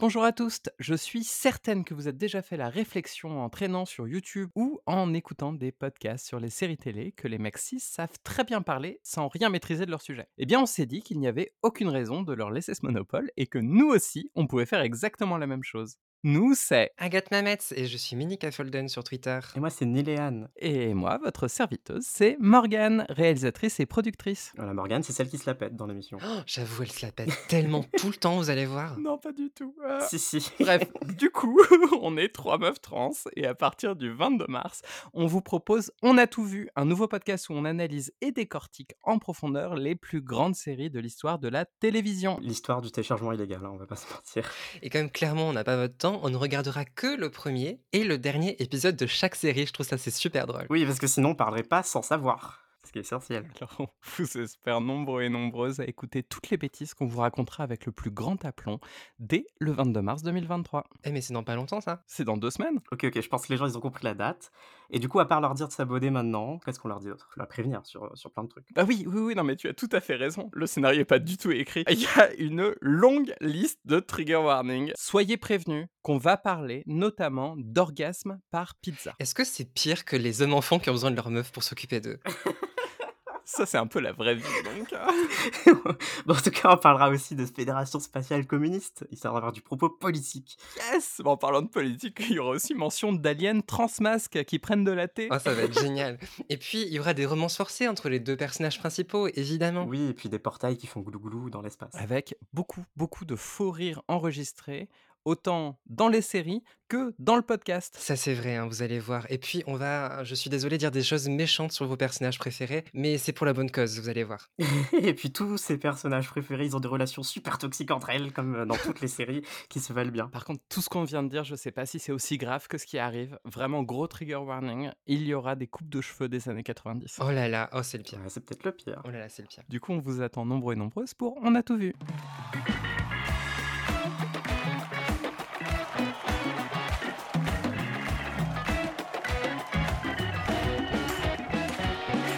Bonjour à tous, je suis certaine que vous êtes déjà fait la réflexion en traînant sur YouTube ou en écoutant des podcasts sur les séries télé que les mecs cis savent très bien parler sans rien maîtriser de leur sujet. Eh bien, on s'est dit qu'il n'y avait aucune raison de leur laisser ce monopole et que nous aussi, on pouvait faire exactement la même chose. Nous, c'est... Agathe Mametz et je suis Mini Folden sur Twitter. Et moi, c'est Néléane. Et moi, votre serviteuse, c'est Morgane, réalisatrice et productrice. Voilà, Morgane, c'est celle qui se la pète dans l'émission. Oh, J'avoue, elle se la pète tellement tout le temps, vous allez voir. Non, pas du tout. euh. Si, si. Bref, du coup, on est trois meufs trans et à partir du 22 mars, on vous propose On a tout vu, un nouveau podcast où on analyse et décortique en profondeur les plus grandes séries de l'histoire de la télévision. L'histoire du téléchargement illégal, hein, on va pas se mentir. Et comme clairement on n'a pas votre temps, on ne regardera que le premier et le dernier épisode de chaque série. Je trouve ça c'est super drôle. Oui, parce que sinon, on parlerait pas sans savoir. Ce qui est essentiel. Alors, on vous espère nombreux et nombreuses à écouter toutes les bêtises qu'on vous racontera avec le plus grand aplomb dès le 22 mars 2023. Eh mais c'est dans pas longtemps ça. C'est dans deux semaines Ok, ok, je pense que les gens, ils ont compris la date. Et du coup, à part leur dire de s'abonner maintenant, qu'est-ce qu'on leur dit d'autre Faut La prévenir sur, sur plein de trucs. Bah oui, oui, oui, non, mais tu as tout à fait raison. Le scénario est pas du tout écrit. Il y a une longue liste de trigger warning. Soyez prévenus qu'on va parler notamment d'orgasme par pizza. Est-ce que c'est pire que les hommes enfants qui ont besoin de leur meuf pour s'occuper d'eux Ça, c'est un peu la vraie vie, donc. hein. Bon, en tout cas, on parlera aussi de fédération spatiale communiste, histoire d'avoir du propos politique. Yes Bon, En parlant de politique, il y aura aussi mention d'aliens transmasques qui prennent de la thé. Oh, ça va être génial. Et puis, il y aura des romances forcées entre les deux personnages principaux, évidemment. Oui, et puis des portails qui font glouglou dans l'espace. Avec beaucoup, beaucoup de faux rires enregistrés, autant dans les séries que dans le podcast. Ça, c'est vrai, hein, vous allez voir. Et puis, on va, je suis désolé de dire des choses méchantes sur vos personnages préférés, mais c'est pour la bonne cause, vous allez voir. et puis tous ces personnages préférés, ils ont des relations super toxiques entre elles, comme euh, dans toutes les séries qui se valent bien. Par contre, tout ce qu'on vient de dire, je sais pas si c'est aussi grave que ce qui arrive. Vraiment gros trigger warning, il y aura des coupes de cheveux des années 90. Oh là là, oh, c'est le pire. Ouais, c'est peut-être le pire. Oh là là, c'est le pire. Du coup, on vous attend nombreux et nombreuses pour On a tout vu.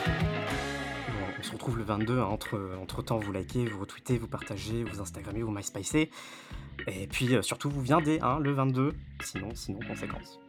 Bon, on se retrouve le 22. hein, entre, entre temps, vous likez, vous retweetez, vous partagez, vous Instagrammez, vous MySpacez. Et puis euh, surtout, vous viendez hein, le 22. Sinon, sinon, conséquence.